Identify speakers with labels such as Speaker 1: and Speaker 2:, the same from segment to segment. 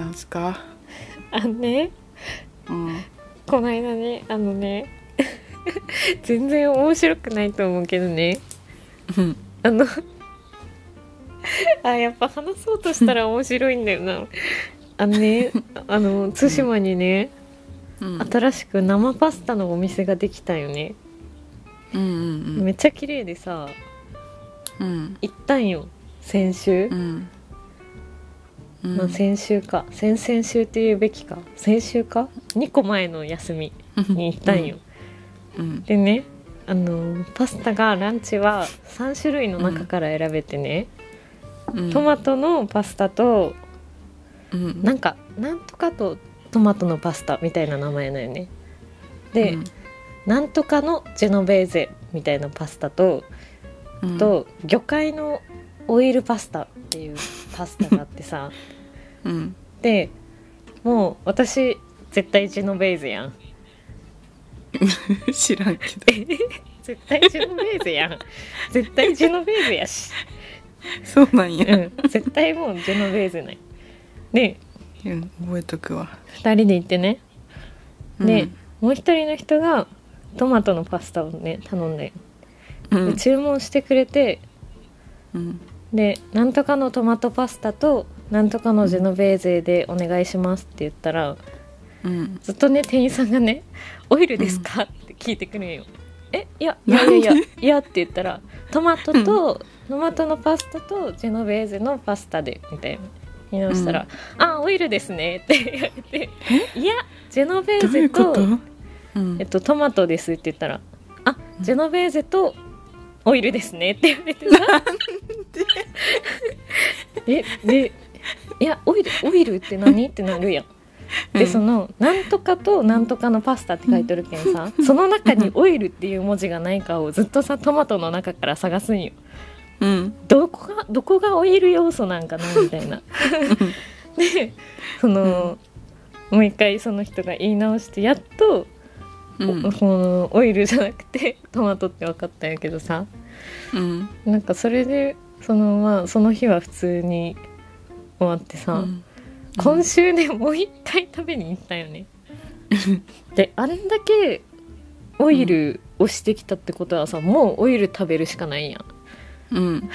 Speaker 1: ですか
Speaker 2: あのね
Speaker 1: うん
Speaker 2: この間ねあのね 全然面白くないと思うけどね
Speaker 1: うん
Speaker 2: あのあやっぱ話そうとしたら面白いんだよなあのねあの対馬にね
Speaker 1: うん
Speaker 2: 新しく生パスタのお店ができたよね
Speaker 1: うんうん
Speaker 2: めっちゃ綺麗でさ
Speaker 1: うん
Speaker 2: 行ったんよ先週
Speaker 1: う、んうん
Speaker 2: まあ、先週か先々週って言うべきか先週か2個前の休みに行ったんよ、
Speaker 1: うん
Speaker 2: でねあのパスタがランチは3種類の中から選べてね、
Speaker 1: うん
Speaker 2: トマトのパスタと
Speaker 1: うん
Speaker 2: なんかなんとかとトマトのパスタみたいな名前だよねで、
Speaker 1: うん
Speaker 2: なんとかのジェノベーゼみたいなパスタと、
Speaker 1: うん
Speaker 2: と魚介のオイルパスタっていうパスタがあってさ
Speaker 1: うん
Speaker 2: でもう私絶対ジェノベーゼやん
Speaker 1: 知らんけど
Speaker 2: 絶対ジェノベーゼやん絶対ジェノベーゼやし
Speaker 1: そうなん
Speaker 2: う
Speaker 1: や、
Speaker 2: ん、 絶対もうジェノベーゼないで
Speaker 1: うん、覚えとくわ
Speaker 2: 2人で行ってねで、
Speaker 1: うん
Speaker 2: もう一人の人がトマトのパスタをね頼んだよ
Speaker 1: う
Speaker 2: で
Speaker 1: ん
Speaker 2: 注文してくれて
Speaker 1: うん
Speaker 2: で「なんとかのトマトパスタとなんとかのジェノベーゼでお願いします」って言ったら
Speaker 1: うん
Speaker 2: ずっとね店員さんがね「オイルですか?」って聞いてくるんよ。えいやいやいやいや
Speaker 1: なん
Speaker 2: いやって言ったらトマトと、トマトのパスタとジェノベーゼのパスタでみたいな言い直したら「あオイルですね」って言われて「いやジェノベ
Speaker 1: ど
Speaker 2: ー
Speaker 1: うい
Speaker 2: ゼ
Speaker 1: うことと、うん
Speaker 2: えっと、トマトです」って言ったら「あジェノベーゼとオイルですね」って言われてさえで「いやオイルオイルって何?」ってなるやん。
Speaker 1: う
Speaker 2: で
Speaker 1: ん
Speaker 2: その「なんとか」と「なんとかのパスタ」って書いてるけんさその中に「オイル」っていう文字がないかをずっとさトマトの中から探すんよ
Speaker 1: うん
Speaker 2: どこがどこがオイル要素なんかなみたいな でその、もう一回その人が言い直してやっと、
Speaker 1: うん
Speaker 2: このオイルじゃなくてトマトって分かったんやけどさ
Speaker 1: うん
Speaker 2: なんかそれでそのまあその日は普通に終わってさ、
Speaker 1: うん
Speaker 2: 今週ねもう一回食べに行ったよねであれだけオイルをしてきたってことはさ、もうオイル食べるしかないやん
Speaker 1: うん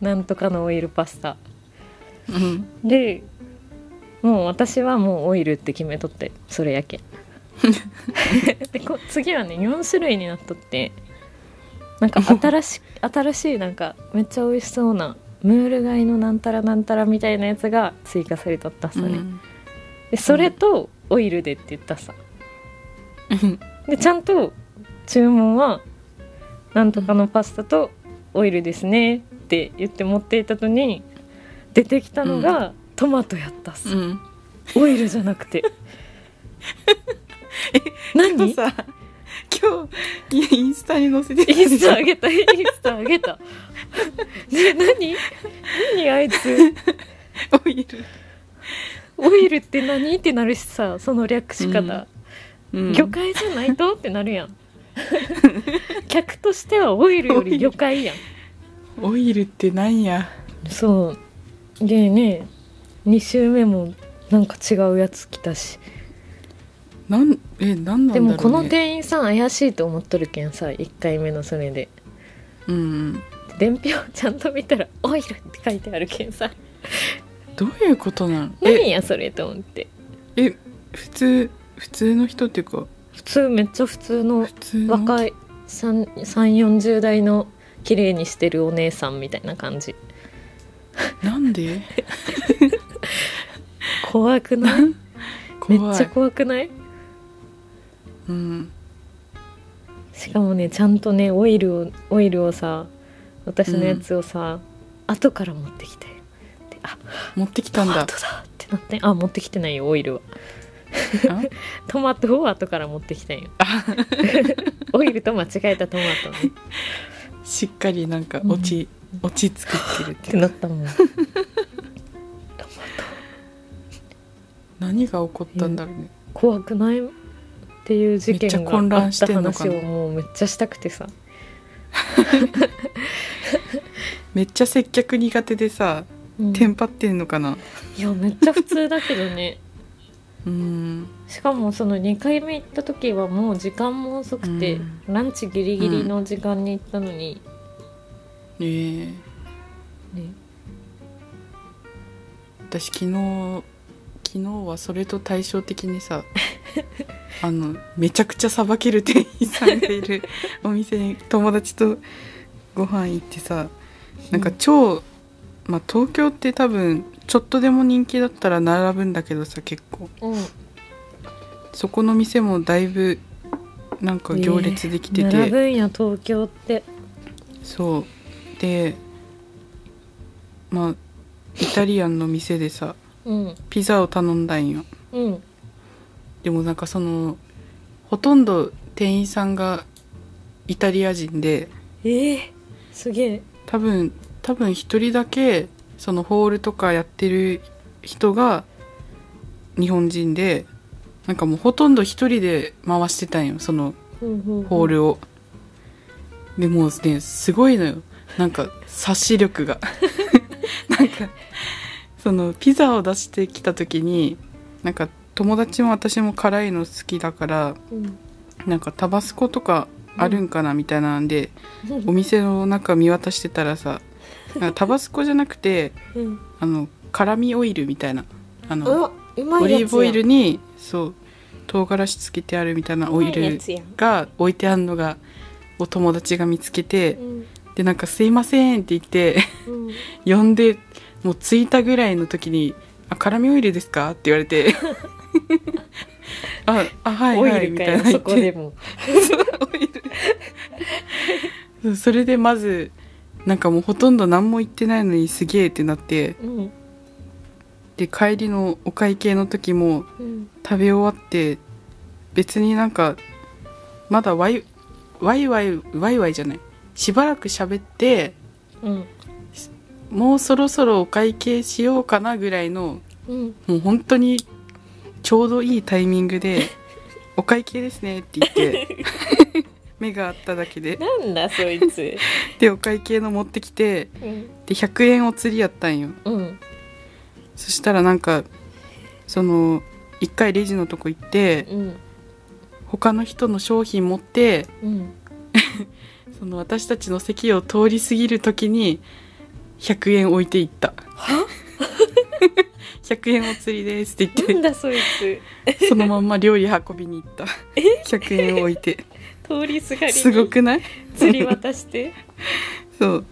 Speaker 2: なんとかのオイルパスタ
Speaker 1: うん
Speaker 2: でもう私はもうオイルって決めとってそれやけ でこ次はね4種類になっとってなんか新 し新しいなんかめっちゃ美味しそうなムール貝のなんたらなんたらみたいなやつが追加されとったさね、
Speaker 1: うん
Speaker 2: でそれとオイルでって言ったさでちゃんと注文は「なんとかのパスタとオイルですね」って言って持っていったのに出てきたのがトマトやったっす、
Speaker 1: うん
Speaker 2: オイルじゃな くて
Speaker 1: 今日
Speaker 2: 何
Speaker 1: さ今日いやインスタに載せて
Speaker 2: インスタあ
Speaker 1: げ
Speaker 2: げたインスタあ げたね何何あいつ
Speaker 1: オイル、
Speaker 2: オイルって何ってなるしさその略し方、
Speaker 1: うん
Speaker 2: 魚介じゃないとってなる やん客としてはオイルより魚介やん
Speaker 1: オイルってなんや
Speaker 2: そうでね2週目もなんか違うやつ来たし
Speaker 1: なんえなんなんだ
Speaker 2: で
Speaker 1: ろう、ね、
Speaker 2: もこの店員さん怪しいと思っとるけんさ1回目のそれで
Speaker 1: うんうん
Speaker 2: 伝票ちゃんと見たら「オイル」って書いてあるけんさ
Speaker 1: どういうことなのえ
Speaker 2: 何やそれと思って
Speaker 1: え普通普通の人っていうか
Speaker 2: 普通めっちゃ普通の
Speaker 1: 普通の
Speaker 2: 若い340代の綺麗にしてるお姉さんみたいな感じ
Speaker 1: なん で
Speaker 2: 怖くない
Speaker 1: なん
Speaker 2: めっ
Speaker 1: 怖い
Speaker 2: ちゃ怖くない
Speaker 1: うん
Speaker 2: しかもねちゃんとねオイルをオイルをさ私のやつをさ、後から持ってきてであ
Speaker 1: 持ってきた
Speaker 2: ト
Speaker 1: ん
Speaker 2: マ
Speaker 1: だ
Speaker 2: トだってなってあ持ってきてないよオイルは
Speaker 1: あ
Speaker 2: トマトを後から持ってきたんよ オイルと間違えたトマトね
Speaker 1: しっかりなんか落ち、落ち作 ってるっ
Speaker 2: ってて
Speaker 1: いう
Speaker 2: なったもんトマ
Speaker 1: 何が起こったんだろうね、
Speaker 2: ト怖くないっていう事
Speaker 1: め
Speaker 2: 件
Speaker 1: っちゃ混
Speaker 2: があ
Speaker 1: 乱
Speaker 2: っ
Speaker 1: して
Speaker 2: た
Speaker 1: んのか
Speaker 2: 話
Speaker 1: な
Speaker 2: をもうめっちゃしたくてさ
Speaker 1: めっちゃ接客苦手でさ
Speaker 2: うん
Speaker 1: テンパってんのかな。
Speaker 2: いやめっちゃ普通だけどね
Speaker 1: うん。
Speaker 2: しかもその2回目行った時はもう時間も遅くて、
Speaker 1: うん
Speaker 2: ランチギリギリの時間に行ったのに、
Speaker 1: ええ
Speaker 2: ね
Speaker 1: 私昨日昨日はそれと対照的にさ あのめちゃくちゃさばける店員さんがいるお店に友達とご飯行ってさなんか超、まあ、東京って多分ちょっとでも人気だったら並ぶんだけどさ結構
Speaker 2: うん、
Speaker 1: そこの店もだいぶなんか行列できてて、
Speaker 2: 並ぶんや東京って
Speaker 1: そうでまあイタリアンの店でさ
Speaker 2: うん
Speaker 1: ピザを頼んだんよ
Speaker 2: うん
Speaker 1: でもなんかそのほとんど店員さんがイタリア人で
Speaker 2: ええすげえ
Speaker 1: 多分多分一人だけそのホールとかやってる人が日本人でなんかもうほとんど一人で回してたんよそのホ
Speaker 2: ホ
Speaker 1: ールを、でもうねすごいのよなんか察し力が なんかそのピザを出してきた時になんか友達も私も辛いの好きだから
Speaker 2: うん
Speaker 1: なんかタバスコとかあるんかなみたいなんで、お店の中見渡してたらさなんかタバスコじゃなくて
Speaker 2: うん
Speaker 1: あの辛味オイルみたいなあ
Speaker 2: う
Speaker 1: の
Speaker 2: わうまいやつや
Speaker 1: オリーブオイルにそう唐辛子つけてあるみたいなオイ
Speaker 2: うまい
Speaker 1: ル
Speaker 2: やつや
Speaker 1: が置いてあるのがお友達が見つけて
Speaker 2: うん
Speaker 1: でなんか「すいません」って言って
Speaker 2: うん
Speaker 1: 呼んでもう着いたぐらいの時に「あ辛味オイルですか?」って言われ て「ああはい
Speaker 2: オ
Speaker 1: はい」
Speaker 2: イル
Speaker 1: み
Speaker 2: か
Speaker 1: たい
Speaker 2: よ
Speaker 1: な言
Speaker 2: そ
Speaker 1: っ
Speaker 2: こ
Speaker 1: て
Speaker 2: でも
Speaker 1: そうそれでまずなんかもうほとんど何も言ってないのにすげえってなって
Speaker 2: うん
Speaker 1: で帰りのお会計の時も
Speaker 2: うん
Speaker 1: 食べ終わって別になんかまだワイワイワイワイワイじゃないしばらく喋って
Speaker 2: うん
Speaker 1: もうそろそろお会計しようかなぐらいの
Speaker 2: うん
Speaker 1: もう本当にちょうどいいタイミングで「お会計ですね」って言って目が合っただけで
Speaker 2: なんだそいつ
Speaker 1: でお会計の持ってきて
Speaker 2: うん
Speaker 1: で100円お釣りやったんよ
Speaker 2: うん
Speaker 1: そしたらなんかその一回レジのとこ行って
Speaker 2: うん
Speaker 1: 他の人の商品持って
Speaker 2: うん
Speaker 1: その私たちの席を通り過ぎる時に100円置いていった100円お釣りですって
Speaker 2: な
Speaker 1: 言
Speaker 2: ん
Speaker 1: っ
Speaker 2: だそいつ
Speaker 1: てそのまんま料理運びに行った100円置いて
Speaker 2: 通りすがりに
Speaker 1: すごくない
Speaker 2: 釣り渡して
Speaker 1: そう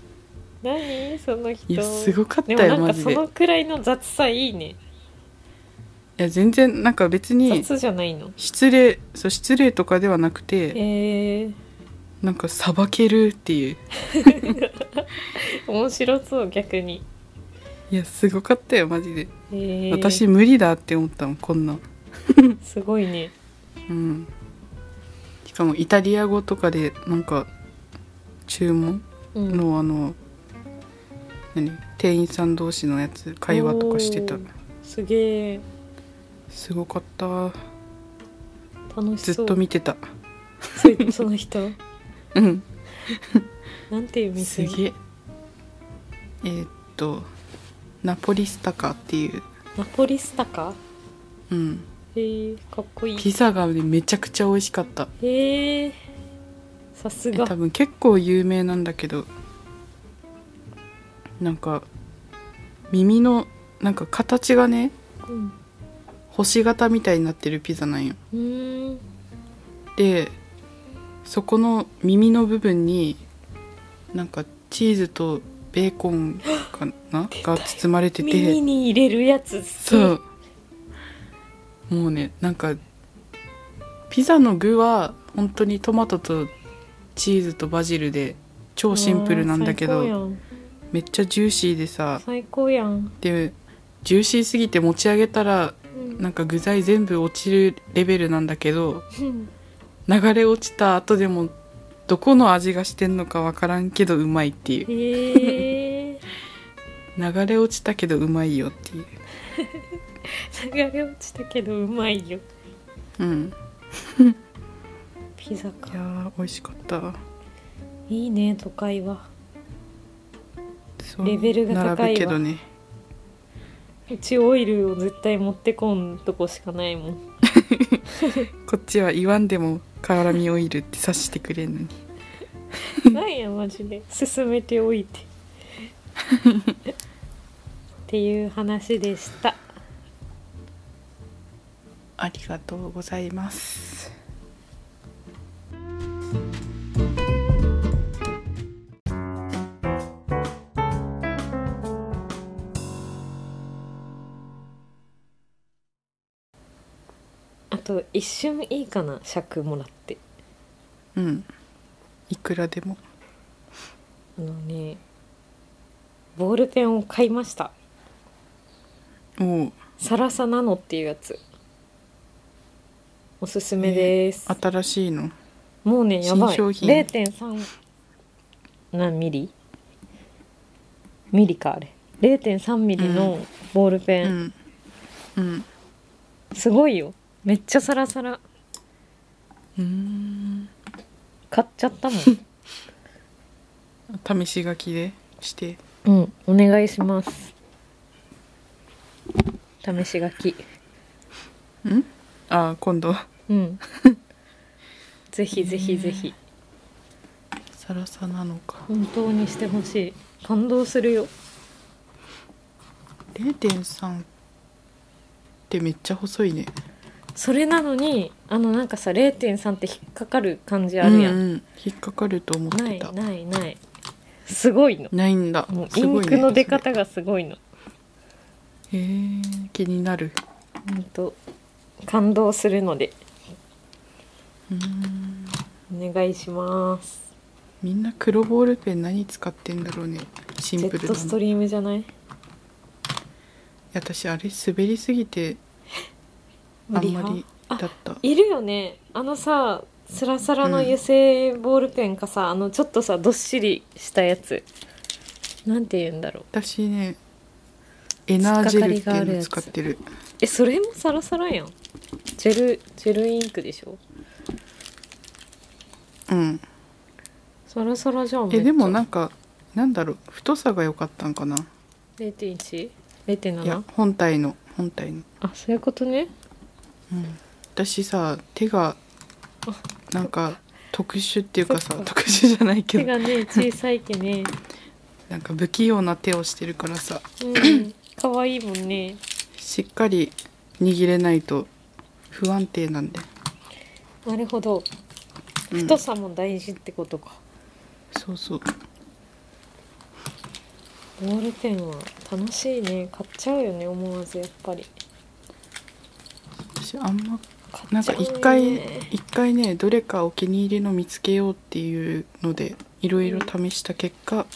Speaker 2: 何その人
Speaker 1: いやすごかった
Speaker 2: でもな
Speaker 1: よ
Speaker 2: ん
Speaker 1: マ
Speaker 2: か
Speaker 1: ジ
Speaker 2: そ
Speaker 1: でい
Speaker 2: のくらいの雑さいいね
Speaker 1: や全然なんか別に
Speaker 2: 雑じゃないの
Speaker 1: 失礼そう失礼とかではなくて
Speaker 2: えー、
Speaker 1: なんかさばけるっていう
Speaker 2: 面白そう逆に、
Speaker 1: いやすごかったよマジで
Speaker 2: えー、
Speaker 1: 私無理だって思ったもんこんなん
Speaker 2: すごいね
Speaker 1: うんしかもイタリア語とかでなんか注文
Speaker 2: うん
Speaker 1: のあの何店員さん同士のやつ会話とかしてた
Speaker 2: おーすげえ
Speaker 1: すごかった
Speaker 2: 楽し
Speaker 1: ず
Speaker 2: そう
Speaker 1: っと見てた
Speaker 2: そい その人
Speaker 1: うん
Speaker 2: なんていう
Speaker 1: す
Speaker 2: 店
Speaker 1: げええーっとナポリスタカっていう、
Speaker 2: ナポリスタか
Speaker 1: うん、
Speaker 2: へえかっこいい
Speaker 1: ピザが、ね、めちゃくちゃ美味しかった
Speaker 2: へえさす
Speaker 1: え
Speaker 2: が
Speaker 1: 多分結構有名なんだけどなんか耳のなんか形がね
Speaker 2: うん
Speaker 1: 星型みたいになってるピザなんよ
Speaker 2: うーん
Speaker 1: でそこの耳の部分になんかチーズとベーコンかな
Speaker 2: 出たよ
Speaker 1: が包まれて
Speaker 2: 耳
Speaker 1: て
Speaker 2: に入れるやつ好き
Speaker 1: そうもうねなんかピザの具は本当にトマトとチーズとバジルで超シンプルなんだけ
Speaker 2: う
Speaker 1: ど
Speaker 2: わー
Speaker 1: めっちゃジューシーでさ
Speaker 2: 最高やん
Speaker 1: でジューシーすぎて持ち上げたら
Speaker 2: 最高やん
Speaker 1: なんか具材全部落ちるレベルなんだけど
Speaker 2: うん
Speaker 1: 流れ落ちた後でもどこの味がしてんのかわからんけどうまいっていう
Speaker 2: へえ
Speaker 1: 流れ落ちたけどうまいよっていう
Speaker 2: 流れ落ちたけどうまいよ
Speaker 1: うん
Speaker 2: ピザか
Speaker 1: いやー美味しかった
Speaker 2: いいね都会は
Speaker 1: そう
Speaker 2: レベルが高いわ
Speaker 1: 並ぶけどね
Speaker 2: うちオイルを絶対持ってこんとこしかない もん
Speaker 1: こっちは言わんでも辛みオイルって察してくれんのに
Speaker 2: なんやマジで進めておいてっていう話でした
Speaker 1: ありがとうございます
Speaker 2: あと一瞬いいかな尺もらって
Speaker 1: うんいくらでも
Speaker 2: あのねボールペンを買いました
Speaker 1: おう
Speaker 2: サラサナノっていうやつおすすめです、
Speaker 1: 新しいの
Speaker 2: もうねやばい
Speaker 1: 新商品
Speaker 2: 0.3何ミリミリかあれ0.3ミリのボールペ
Speaker 1: う
Speaker 2: ン、
Speaker 1: んうん
Speaker 2: すごいよめっちゃサラサラ
Speaker 1: うーん
Speaker 2: 買っちゃっ たもん
Speaker 1: 試し書きでして
Speaker 2: うんお願いします試し書き
Speaker 1: んああ今度
Speaker 2: うんぜひぜひぜひ
Speaker 1: サラサなのか
Speaker 2: 本当にしてほしい感動するよ
Speaker 1: 0.3ってめっちゃ細いね
Speaker 2: それなのにあのなんかさ0.3って引っかかる感じあるや、
Speaker 1: うんんうん引っかかると思っ
Speaker 2: な
Speaker 1: て
Speaker 2: い
Speaker 1: た
Speaker 2: ないないすごいの
Speaker 1: ないんだ
Speaker 2: もう
Speaker 1: す
Speaker 2: イ
Speaker 1: ご
Speaker 2: ン
Speaker 1: いね
Speaker 2: クの出方がすごいの
Speaker 1: それへー気になる
Speaker 2: 本当感動するので
Speaker 1: うーん
Speaker 2: お願いします
Speaker 1: みんな黒ボールペン何使ってんだろうねシ
Speaker 2: ジ
Speaker 1: ン
Speaker 2: ェ
Speaker 1: プ
Speaker 2: ッ
Speaker 1: ル
Speaker 2: ト
Speaker 1: な
Speaker 2: ス
Speaker 1: の
Speaker 2: ト
Speaker 1: い
Speaker 2: リームじゃない
Speaker 1: や私あれ滑りすぎてあんまり
Speaker 2: あ
Speaker 1: だった
Speaker 2: いるよねあのさスラスラの油性ボールペンかさ、あのちょっとさどっしりしたやつなんて言うんだろう
Speaker 1: 私ねエナージェルって
Speaker 2: 突っかかりがあ
Speaker 1: い
Speaker 2: る
Speaker 1: う
Speaker 2: や
Speaker 1: の
Speaker 2: つ
Speaker 1: 使ってる
Speaker 2: えそれもサラサラやんジェルジェルインクでしょ
Speaker 1: うん
Speaker 2: サラサラじゃん
Speaker 1: えでも
Speaker 2: な
Speaker 1: なんかなんだろう太さが良かったんかな
Speaker 2: 0.1?0.7?
Speaker 1: いや本体の本体の、
Speaker 2: あそういうことね
Speaker 1: うん、私さ手がなんか特殊っていうかさ
Speaker 2: そっか
Speaker 1: 特殊じゃないけ
Speaker 2: 手
Speaker 1: ど
Speaker 2: が ね小さいけね
Speaker 1: なんか不器用な手をしてるからさ
Speaker 2: うん可愛いもんね
Speaker 1: しっかり握れないと不安定なんで、
Speaker 2: なるほど
Speaker 1: うん
Speaker 2: 太さも大事ってことか、
Speaker 1: そうそう
Speaker 2: ボールペンは楽しいね買っちゃうよね思わずやっぱり
Speaker 1: 私あんまな
Speaker 2: 買っ
Speaker 1: ん
Speaker 2: ち
Speaker 1: か
Speaker 2: ゃうね
Speaker 1: 一回一回ねどれかお気に入りの見つけようっていうのでいろいろ試した結果、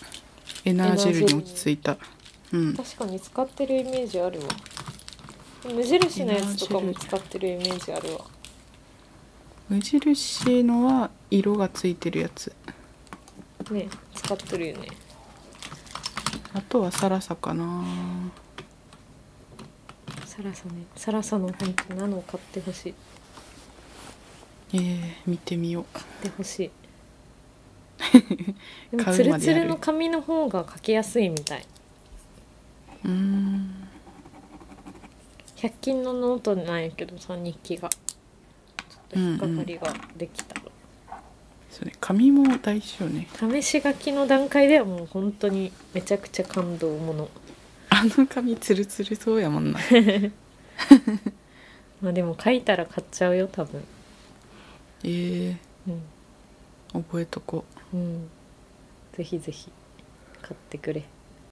Speaker 1: エナージェルに落ち着いたうん
Speaker 2: 確かに使ってるイメージあるわ無印のやつとかも使ってるイメージあるわ
Speaker 1: 無印のは色がついてるやつ
Speaker 2: ね使ってるよね
Speaker 1: あとはサラサかな
Speaker 2: サラサねサラサの本当なのを買ってほしい
Speaker 1: えー、見てみよう
Speaker 2: 買って ほしいでも
Speaker 1: 買
Speaker 2: ツ
Speaker 1: うま
Speaker 2: ル
Speaker 1: でや
Speaker 2: ツ
Speaker 1: る
Speaker 2: ルの紙の方が書きやすいみたいう
Speaker 1: ーん
Speaker 2: 100均のノートなんやけどさ日記がちょっと引っかかりができた、
Speaker 1: それ紙も大事よね
Speaker 2: 試し書きの段階ではもう本当にめちゃくちゃ感動もの
Speaker 1: あの紙ツルツルそうやもんな
Speaker 2: まあでも書いたら買っちゃうよ多分
Speaker 1: えー、
Speaker 2: うん、
Speaker 1: 覚えとこう
Speaker 2: うん、ぜひぜひ買ってくれ